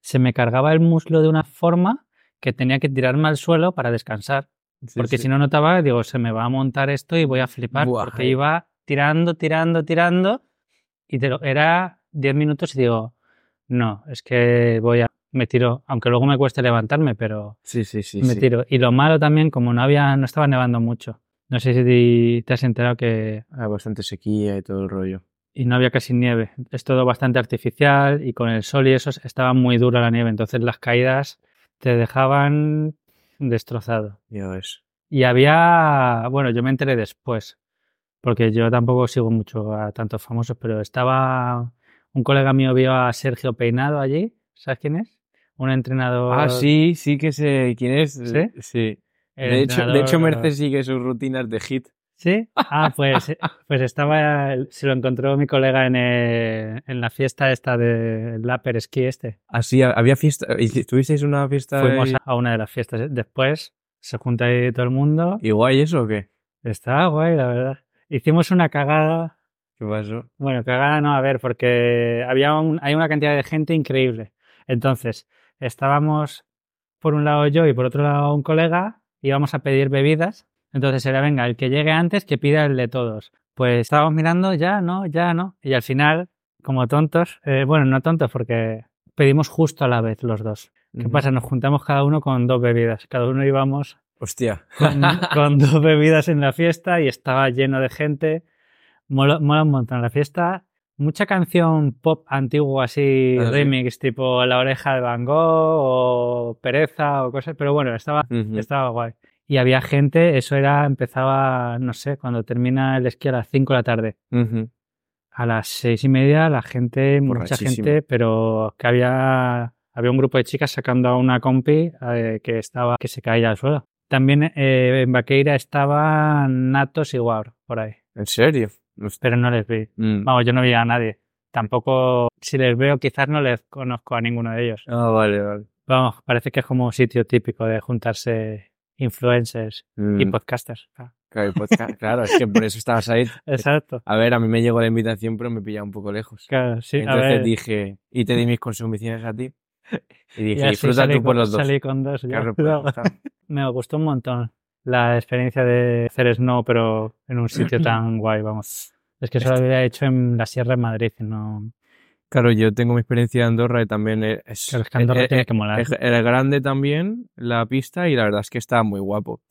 B: Se me cargaba el muslo de una forma que tenía que tirarme al suelo para descansar. porque si no notaba, digo, se me va a montar esto y voy a flipar.
A: Buah,
B: porque
A: eh.
B: iba tirando, tirando, tirando. Y te lo- era 10 minutos y digo, no, es que voy a... Me tiro, aunque luego me cueste levantarme, pero
A: Sí, sí, sí.
B: me
A: sí.
B: tiro. Y lo malo también, como no había, no estaba nevando mucho. No sé si ti- te has enterado que
A: Ah, bastante sequía y todo el rollo.
B: y no había casi nieve. Es todo bastante artificial y con el sol y eso estaba muy dura la nieve. Entonces las caídas te dejaban destrozado.
A: Ya ves.
B: Y había, bueno, yo me enteré después, porque yo tampoco sigo mucho a tantos famosos, pero estaba, un colega mío vio a Sergio Peinado allí, ¿sabes quién es? Un entrenador.
A: Ah, sí, sí que sé quién es.
B: ¿Sí?
A: Sí.
B: el
A: de, hecho, de hecho,
B: entrenador-
A: Mercedes sigue sus rutinas de hit.
B: ¿Sí? Ah, pues, eh, pues estaba, se lo encontró mi colega en, eh, en la fiesta esta del Lapper Ski este.
A: Así, Ah, había fiesta. ¿Tuvisteis una fiesta?
B: Fuimos
A: ahí?
B: a una de las fiestas. ¿eh? Después se junta ahí todo el mundo.
A: ¿Y guay eso o qué?
B: Está guay, la verdad. Hicimos una cagada.
A: ¿Qué pasó?
B: Bueno, cagada no, a ver, porque había un- hay una cantidad de gente increíble. Entonces, estábamos por un lado yo y por otro lado un colega. Íbamos a pedir bebidas. Entonces era, venga, el que llegue antes que pida el de todos. Pues estábamos mirando, ya, no, ya, no. Y al final, como tontos, eh, bueno, no tontos porque pedimos justo a la vez los dos. ¿Qué
A: Ujú.
B: pasa? Nos juntamos cada uno con dos bebidas. Cada uno íbamos
A: Hostia.
B: con, con dos bebidas en la fiesta y estaba lleno de gente. Mola, mola un montón la fiesta. Mucha canción pop antiguo así,
A: Ah, sí.
B: remix, tipo La oreja de Van Gogh o Pereza o cosas, pero bueno, estaba,
A: Ujú.
B: estaba guay. Y había gente, eso era, empezaba, no sé, cuando termina el esquí a las 5 de la tarde.
A: Ujú.
B: A las seis y media la gente, mucha
A: Borrachísima.
B: gente, pero que había, había un grupo de chicas sacando a una compi eh, que estaba que se caía al suelo. También eh, en Vaqueira estaban Natos y Guaur por ahí,
A: ¿En serio? Hostia.
B: pero no les vi.
A: Mm.
B: Vamos, yo no vi a nadie. Tampoco, si les veo, quizás no les conozco a ninguno de ellos.
A: Ah, vale, vale.
B: Vamos, parece que es como un sitio típico de juntarse influencers y
A: Mm.
B: podcasters. Ah,
A: Claro, el podcast- claro, es que por eso estabas ahí.
B: Exacto.
A: A ver, a mí me llegó la invitación, pero me pillaba un poco lejos.
B: Claro, sí. a
A: Entonces
B: ver,
A: dije, y te di mis consumiciones a ti. Y
B: y
A: dije,
B: así
A: disfruta
B: salí
A: tú por
B: con-
A: los dos.
B: Salí con dos. yo.
A: Claro, pues,
B: No.
A: está.
B: Me gustó un montón la experiencia de hacer snow, pero en un sitio tan guay, vamos. Es que eso
A: Este
B: lo había hecho en la Sierra de Madrid, y no.
A: Claro, yo tengo mi experiencia en Andorra y también es,
B: Claro, es que Andorra
A: eh,
B: tiene
A: eh,
B: que molar.
A: es- era grande también la pista y la verdad es que estaba muy guapo.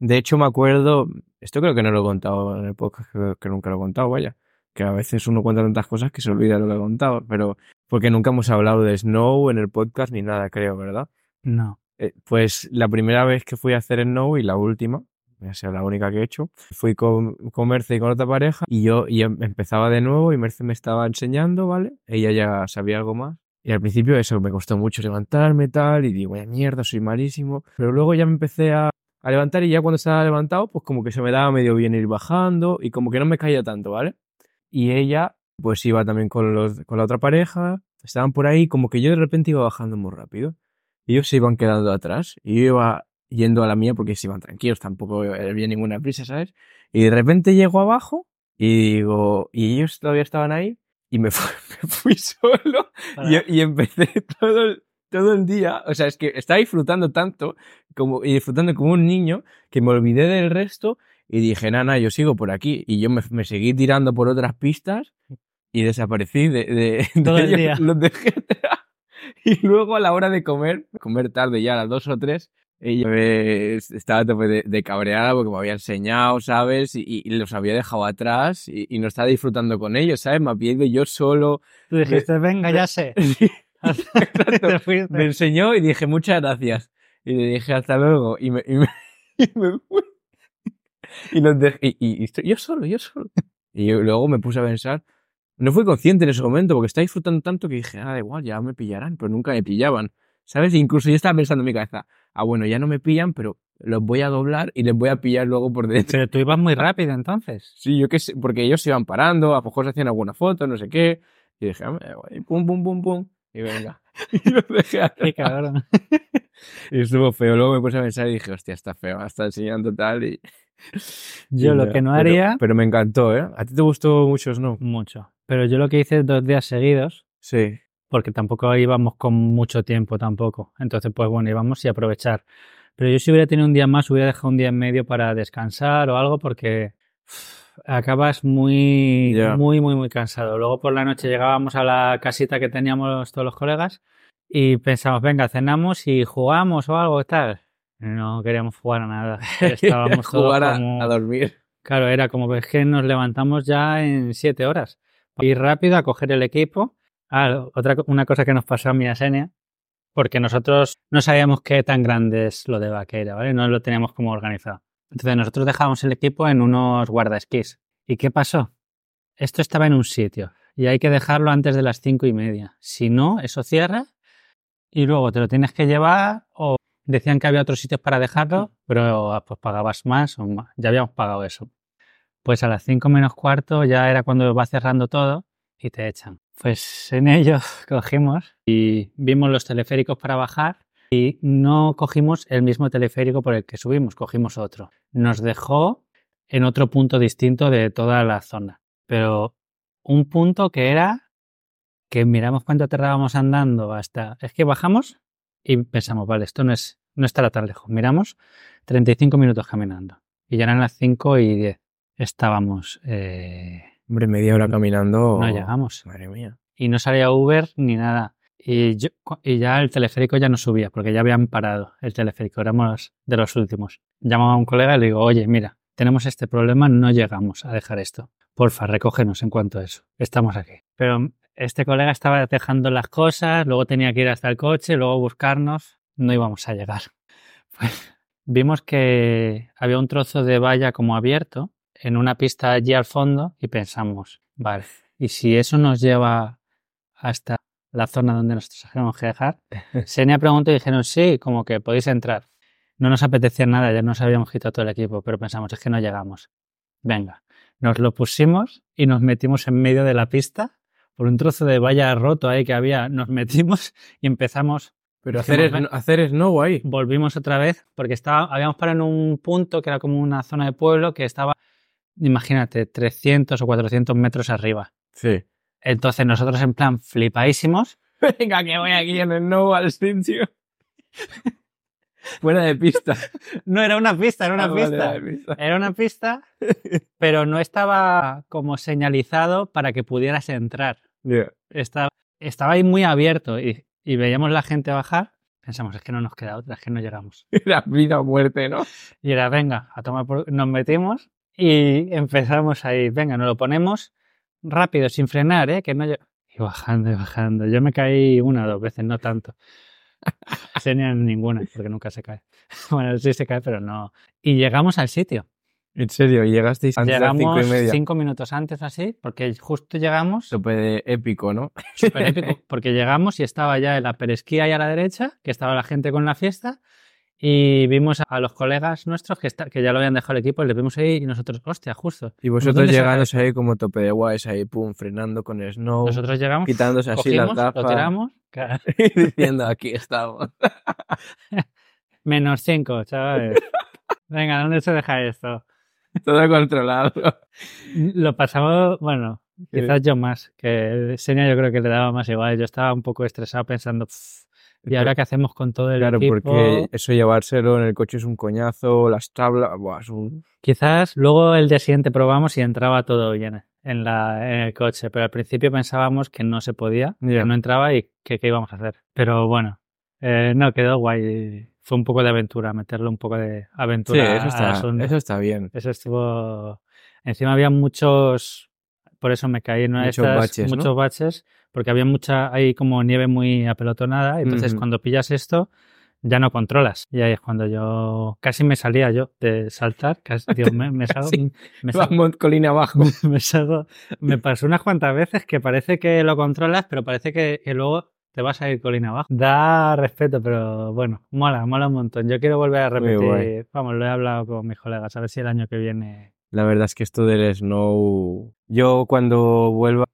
A: De hecho, me acuerdo, esto creo que no lo he contado en el podcast, que, que nunca lo he contado, vaya, que a veces uno cuenta tantas cosas que se olvida lo que ha contado, pero porque nunca hemos hablado de Snow en el podcast ni nada, creo, ¿verdad?
B: No.
A: Eh, pues la primera vez que fui a hacer snow y la última, ya sea la única que he hecho, fui con, con Merce y con otra pareja y yo, y em- empezaba de nuevo y Merce me estaba enseñando, ¿vale? Ella ya sabía algo más. Y al principio eso, me costó mucho levantarme tal y digo, vaya mierda, soy malísimo. Pero luego ya me empecé a, a levantar y ya cuando estaba levantado, pues como que se me daba medio bien ir bajando y como que no me caía tanto, ¿vale? Y ella pues iba también con, los, con la otra pareja, estaban por ahí, como que yo de repente iba bajando muy rápido ellos se iban quedando atrás y yo iba yendo a la mía porque se iban tranquilos, tampoco había ninguna prisa, ¿sabes? Y de repente llego abajo y digo, y ellos todavía estaban ahí y me fui, me fui solo y, y empecé todo el, todo el día, o sea, es que estaba disfrutando tanto como, y disfrutando como un niño que me olvidé del resto y dije, nana, yo sigo por aquí y yo me, me seguí tirando por otras pistas y desaparecí de, de- de
B: Todo el
A: ellos,
B: día.
A: los dejé atrás. y luego a la hora de comer, comer tarde ya a las dos o tres, ella me- estaba a tope de, de cabreada porque me había enseñado, ¿sabes? Y, y los había dejado atrás y, y no estaba disfrutando con ellos, ¿sabes? Me había ido yo solo.
B: Tú dijiste, venga, ya sé. Y te fuiste.
A: me enseñó y dije muchas gracias. Y le dije hasta luego. Y me, y me- y me fui. Y, los dejé- y- y- y estoy yo solo, yo solo. Y yo- luego me puse a pensar. No fui consciente en ese momento porque estaba disfrutando tanto que dije, ah, da igual, ya me pillarán, pero nunca me pillaban. ¿Sabes? E incluso yo estaba pensando en mi cabeza, ah, bueno, ya no me pillan, pero los voy a doblar y les voy a pillar luego por dentro.
B: Pero tú ibas muy rápido entonces.
A: Sí, yo qué sé, porque ellos se iban parando, a lo mejor se hacían alguna foto, no sé qué. Y dije, ah, me da igual, y pum, pum, pum, pum. Y venga. y los dejé
B: Qué
A: atrás.
B: cabrón.
A: Y estuvo feo. Luego me puse a pensar y dije, hostia, está feo, está enseñando tal. Y...
B: Yo
A: y
B: lo
A: no,
B: que no
A: pero-
B: haría,
A: Pero, me encantó, ¿eh? ¿A ti te gustó mucho Snow?
B: mucho. Pero yo lo que hice dos días seguidos,
A: Sí.
B: porque tampoco íbamos con mucho tiempo tampoco. Entonces, pues bueno, íbamos y aprovechar. Pero yo si hubiera tenido un día más, hubiera dejado un día en medio para descansar o algo, porque uf, acabas muy,
A: Ya.
B: muy, muy, muy cansado. Luego por la noche llegábamos a la casita que teníamos todos los colegas y pensamos, venga, cenamos y jugamos o algo tal. No queríamos jugar a nada. Estábamos
A: jugar a,
B: todos como-
A: a dormir.
B: Claro, era como es que nos levantamos ya en siete horas. Ir rápido a coger el equipo. Ah, otra, co- una cosa que nos pasó a mi y a Senia, porque nosotros no sabíamos qué tan grande es lo de vaquera, ¿vale? No lo teníamos como organizado. Entonces nosotros dejábamos el equipo en unos guardaesquís. ¿Y qué pasó? Esto estaba en un sitio y hay que dejarlo antes de las cinco y media. Si no, eso cierra y luego te lo tienes que llevar o decían que había otros sitios para dejarlo, pero ah, pues pagabas más o más. Ya habíamos pagado eso. Pues a las cinco menos cuarto ya era cuando va cerrando todo y te echan. Pues en ello cogimos y vimos los teleféricos para bajar y no cogimos el mismo teleférico por el que subimos, cogimos otro. Nos dejó en otro punto distinto de toda la zona, pero un punto que era que miramos cuánto tardábamos andando hasta... Es que bajamos y pensamos, vale, esto no, es, no estará tan lejos. Miramos 35 minutos caminando y ya eran las 5 y 10. Estábamos... eh,
A: Hombre, media hora caminando.
B: no llegamos
A: Madre mía.
B: y no salía Uber ni nada. Y, yo- cu- y ya el teleférico ya no subía porque ya habían parado el teleférico, éramos de los últimos. Llamaba a un colega y le digo, oye, mira, tenemos este problema, no llegamos a dejar esto. Porfa, recógenos en cuanto a eso. Estamos aquí. Pero este colega estaba dejando las cosas, luego tenía que ir hasta el coche, luego buscarnos, no íbamos a llegar. Pues vimos que había un trozo de valla como abierto en una pista allí al fondo y pensamos, vale, y si eso nos lleva hasta la zona donde nosotros tenemos que dejar, Senia preguntó y dijeron, sí, como que podéis entrar. No nos apetecía nada, ya nos habíamos quitado todo el equipo, pero pensamos, es que no llegamos. Venga, nos lo pusimos y nos metimos en medio de la pista, por un trozo de valla roto ahí que había, nos metimos y empezamos
A: Pero
B: Encima,
A: hacer, es,
B: ven-
A: hacer snow ahí.
B: volvimos otra vez porque estaba, habíamos parado en un punto que era como una zona de pueblo que estaba, imagínate, 300 o 400 metros arriba.
A: Sí.
B: Entonces nosotros en plan flipadísimos,
A: Venga, que voy aquí en el snow al sitio. Fuera de pista.
B: no era una pista, era una
A: Ah, vale,
B: pista.
A: vale, pista.
B: Era una pista, pero no estaba como señalizado para que pudieras entrar.
A: Ya.
B: Estaba, estaba ahí muy abierto y, y veíamos la gente bajar. Pensamos, es que no nos queda otra, es que no llegamos.
A: Era vida o muerte, ¿no?
B: Y era, venga, a tomar por... Nos metimos y empezamos ahí. Venga, nos lo ponemos rápido, sin frenar, ¿eh? Que no... lle- Y bajando y bajando. Yo me caí una o dos veces, no tanto. Tenía ninguna, porque nunca se cae. Bueno, sí se cae, pero no. Y llegamos al sitio.
A: En serio, y llegasteis antes de las
B: llegamos
A: cinco y media.
B: cinco minutos antes o así, porque justo llegamos,
A: Súper de épico, ¿no?
B: súper épico, porque llegamos y estaba ya en la peresquía ahí a la derecha, que estaba la gente con la fiesta, y vimos a- a los colegas nuestros que, esta- que ya lo habían dejado el equipo, y les vimos ahí y nosotros, hostia, justo.
A: Y vosotros
B: ¿Dónde se-
A: llegáis ahí como tope de guays, ahí, pum, frenando con el snow,
B: Nosotros llegamos,
A: quitándose Oh, así
B: cogimos,
A: las
B: lo
A: gafas
B: tiramos, ca-
A: y diciendo, aquí estamos.
B: menos cinco, chavales. Venga, ¿dónde se deja esto?
A: Todo controlado.
B: Lo pasamos, bueno, quizás yo más, que Senia yo creo que le daba más igual, yo estaba un poco estresado pensando, "Pff, ¿y ahora qué hacemos con todo el
A: Claro,
B: equipo?
A: porque eso llevárselo en el coche es un coñazo, las tablas, buah, es un-
B: Quizás luego el día siguiente probamos y entraba todo bien en, la, en el coche, pero al principio pensábamos que no se podía,
A: Ya.
B: que no entraba y que qué íbamos a hacer. Pero bueno, eh, no, quedó guay. Fue un poco de aventura, meterle un poco de
A: Sí,
B: aventura
A: eso
B: al
A: está,
B: asunto.
A: eso está bien.
B: Eso estuvo... Encima había muchos... Por eso me caí en una de
A: Muchos
B: estas-
A: baches, ¿no?
B: Muchos baches, porque había mucha... Hay como nieve muy apelotonada, entonces
A: Ujú.
B: cuando pillas esto ya no controlas. Y ahí es cuando yo... Casi me salía yo de saltar. Casi, digo, me, me salgo...
A: Casi.
B: Me salgo-
A: Vamos, colina abajo.
B: me salgo- me pasó unas cuantas veces que parece que lo controlas, pero parece que, que luego te vas a ir colina abajo. Da respeto, pero bueno, mola, mola un montón. Yo quiero volver a
A: Muy guay.
B: repetir. Vamos, lo he hablado con mis colegas, a ver si el año que viene.
A: La verdad es que esto del snow, yo cuando vuelva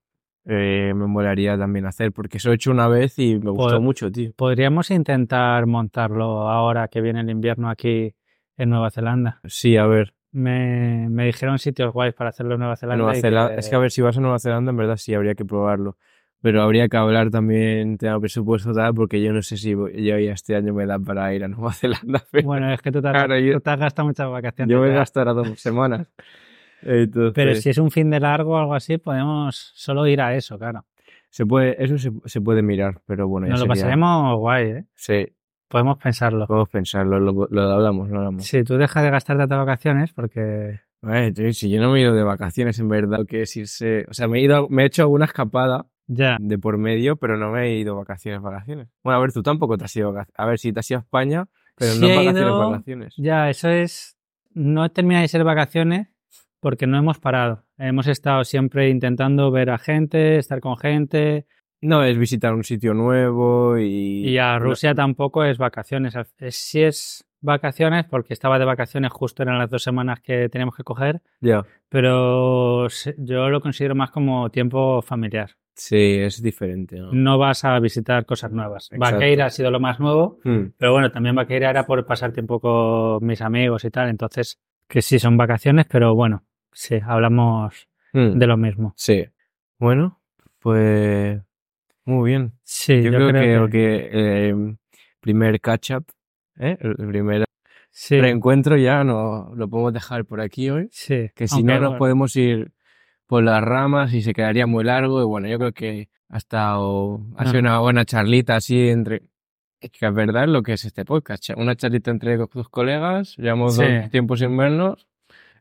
A: eh, me molaría también hacer, porque eso he hecho una vez y me gustó
B: Pues-
A: mucho, tío.
B: Podríamos intentar montarlo ahora que viene el invierno aquí en Nueva Zelanda.
A: Sí, a ver,
B: Me, me dijeron sitios guays para hacerlo en Nueva Zelanda.
A: Nueva
B: y
A: Zelanda, es que a ver si vas a Nueva Zelanda, en verdad sí habría que probarlo, pero habría que hablar también tema presupuesto tal, porque yo no sé si voy- yo ya este año me da para ir a Nueva Zelanda. pero
B: Bueno, es que tú te has,
A: Claro, yo-
B: tú te has gastado muchas vacaciones.
A: yo me
B: ya.
A: gastaré dos semanas. Entonces,
B: Pero si es un fin de largo o algo así, podemos solo ir a eso, claro.
A: se puede, eso se, se puede mirar, pero bueno, ya
B: Nos lo
A: sería-
B: pasaremos guay, ¿eh?
A: Sí,
B: Podemos pensarlo.
A: podemos pensarlo, lo, lo hablamos, lo hablamos.
B: Si tú dejas de gastarte a vacaciones, porque
A: Ay, tío, si yo no me he ido de vacaciones, en verdad, lo que es irse. O sea, me he ido, me he hecho alguna escapada
B: ya,
A: de por medio, pero no me he ido vacaciones, vacaciones. Bueno, a ver, tú tampoco te has ido. vaca- A ver, si te has ido a España, pero
B: Sí
A: no
B: he
A: vacaciones,
B: ido-
A: vacaciones.
B: ya, eso es. No termina de ser vacaciones porque no hemos parado. Hemos estado siempre intentando ver a gente, estar con gente.
A: No, es visitar un sitio nuevo y.
B: Y a
A: no-
B: Rusia tampoco es vacaciones. Al- es- Sí es vacaciones porque estaba de vacaciones justo eran las dos semanas que teníamos que coger,
A: Ya.
B: pero se- yo lo considero más como tiempo familiar.
A: Sí, es diferente, ¿no?
B: no vas a visitar cosas nuevas.
A: Ah. Exacto.
B: Vaqueira ha sido lo más nuevo,
A: Hmm.
B: pero bueno, también Vaqueira era por pasar tiempo con mis amigos y tal, entonces que sí son vacaciones, pero bueno, sí, hablamos
A: Hmm.
B: de lo mismo.
A: Sí. Bueno, pues. Muy bien.
B: Sí,
A: Yo, creo, que, el que, eh, primer catch-up, ¿eh? el el primer
B: sí,
A: reencuentro ya no, lo podemos dejar por aquí hoy.
B: sí.
A: Que si
B: Aunque,
A: no, nos
B: bueno,
A: podemos ir por las ramas y se quedaría muy largo. Y bueno, yo creo que ha estado. Ha sido
B: Ajá.
A: una buena charlita así entre. Es que es verdad lo que es este podcast. cha- Una charlita entre dos dos colegas, llevamos
B: Sí.
A: dos tiempos sin vernos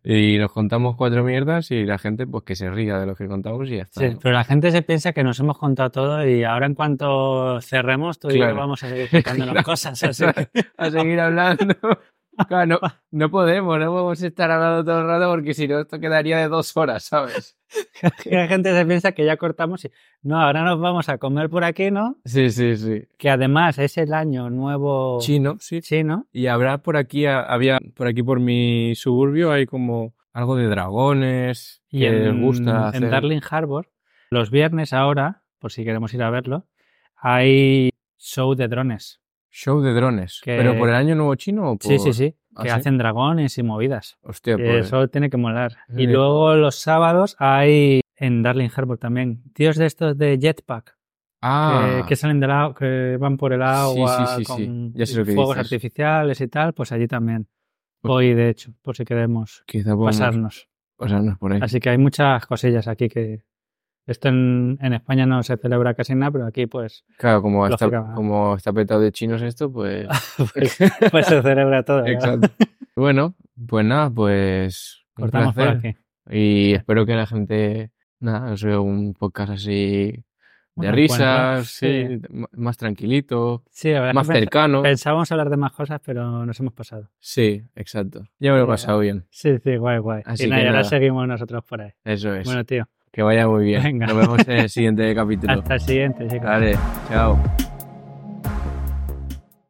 A: y nos contamos cuatro mierdas y la gente pues que se ría de lo que contamos y ya está.
B: sí,
A: ¿no?
B: pero la gente se piensa que nos hemos contado todo y ahora en cuanto cerremos tú y yo
A: Claro.
B: vamos a seguir contándonos
A: Claro.
B: cosas, así que-
A: a seguir hablando. Claro, no, no podemos, no podemos estar hablando todo el rato porque si no esto quedaría de dos horas, ¿sabes?
B: que la gente se piensa que ya cortamos y no, ahora nos vamos a comer por aquí, ¿no?
A: Sí, sí, sí.
B: Que además es el año nuevo
A: Chino, sí.
B: chino.
A: Y habrá por aquí, a- había por aquí por mi suburbio, hay como algo de dragones
B: Y
A: que
B: en,
A: les gusta
B: en
A: hacer.
B: Darling Harbour, los viernes ahora, por si queremos ir a verlo, hay show de drones.
A: Show de drones.
B: que-
A: ¿Pero por el año nuevo chino o por...?
B: Sí, sí, sí.
A: ¿Ah,
B: que
A: sí?
B: hacen dragones y movidas.
A: Hostia,
B: Que
A: pues...
B: Eso tiene que molar. Y
A: Sí.
B: luego los sábados hay en Darling Harbour también. Tíos de estos de jetpack, que-
A: Ah,
B: que, salen del agua, que van por el agua
A: sí, sí, sí.
B: con
A: Ya sé lo que
B: fuegos
A: dices.
B: artificiales y tal, pues allí también.
A: Pues-
B: Hoy, de hecho, por si queremos
A: quizá podemos
B: pasarnos.
A: pasarnos por ahí.
B: Así que hay muchas cosillas aquí que esto en, en España no se celebra casi nada, pero aquí pues,
A: Claro, como está,
B: Lógica.
A: como está petado de chinos esto, pues...
B: pues, pues se celebra todo. ¿no?
A: Exacto. bueno, pues nada, pues... un
B: Cortamos por
A: placer.
B: aquí.
A: Y espero que la gente, nada, os vea un podcast así de
B: Bueno, encuentro,
A: risas,
B: sí.
A: sí, m- más tranquilito,
B: Sí, la verdad es
A: más
B: que pens-
A: cercano.
B: pensábamos hablar de más cosas, pero nos hemos pasado.
A: Sí, exacto. Ya me lo he
B: Ya.
A: pasado bien.
B: Sí, sí, guay, guay.
A: Así
B: y nada,
A: que
B: ya la
A: nada.
B: seguimos nosotros por ahí.
A: Eso es.
B: Bueno, tío,
A: que vaya muy bien.
B: venga.
A: Nos vemos en el siguiente capítulo.
B: hasta el siguiente, chicos.
A: Vale, chao.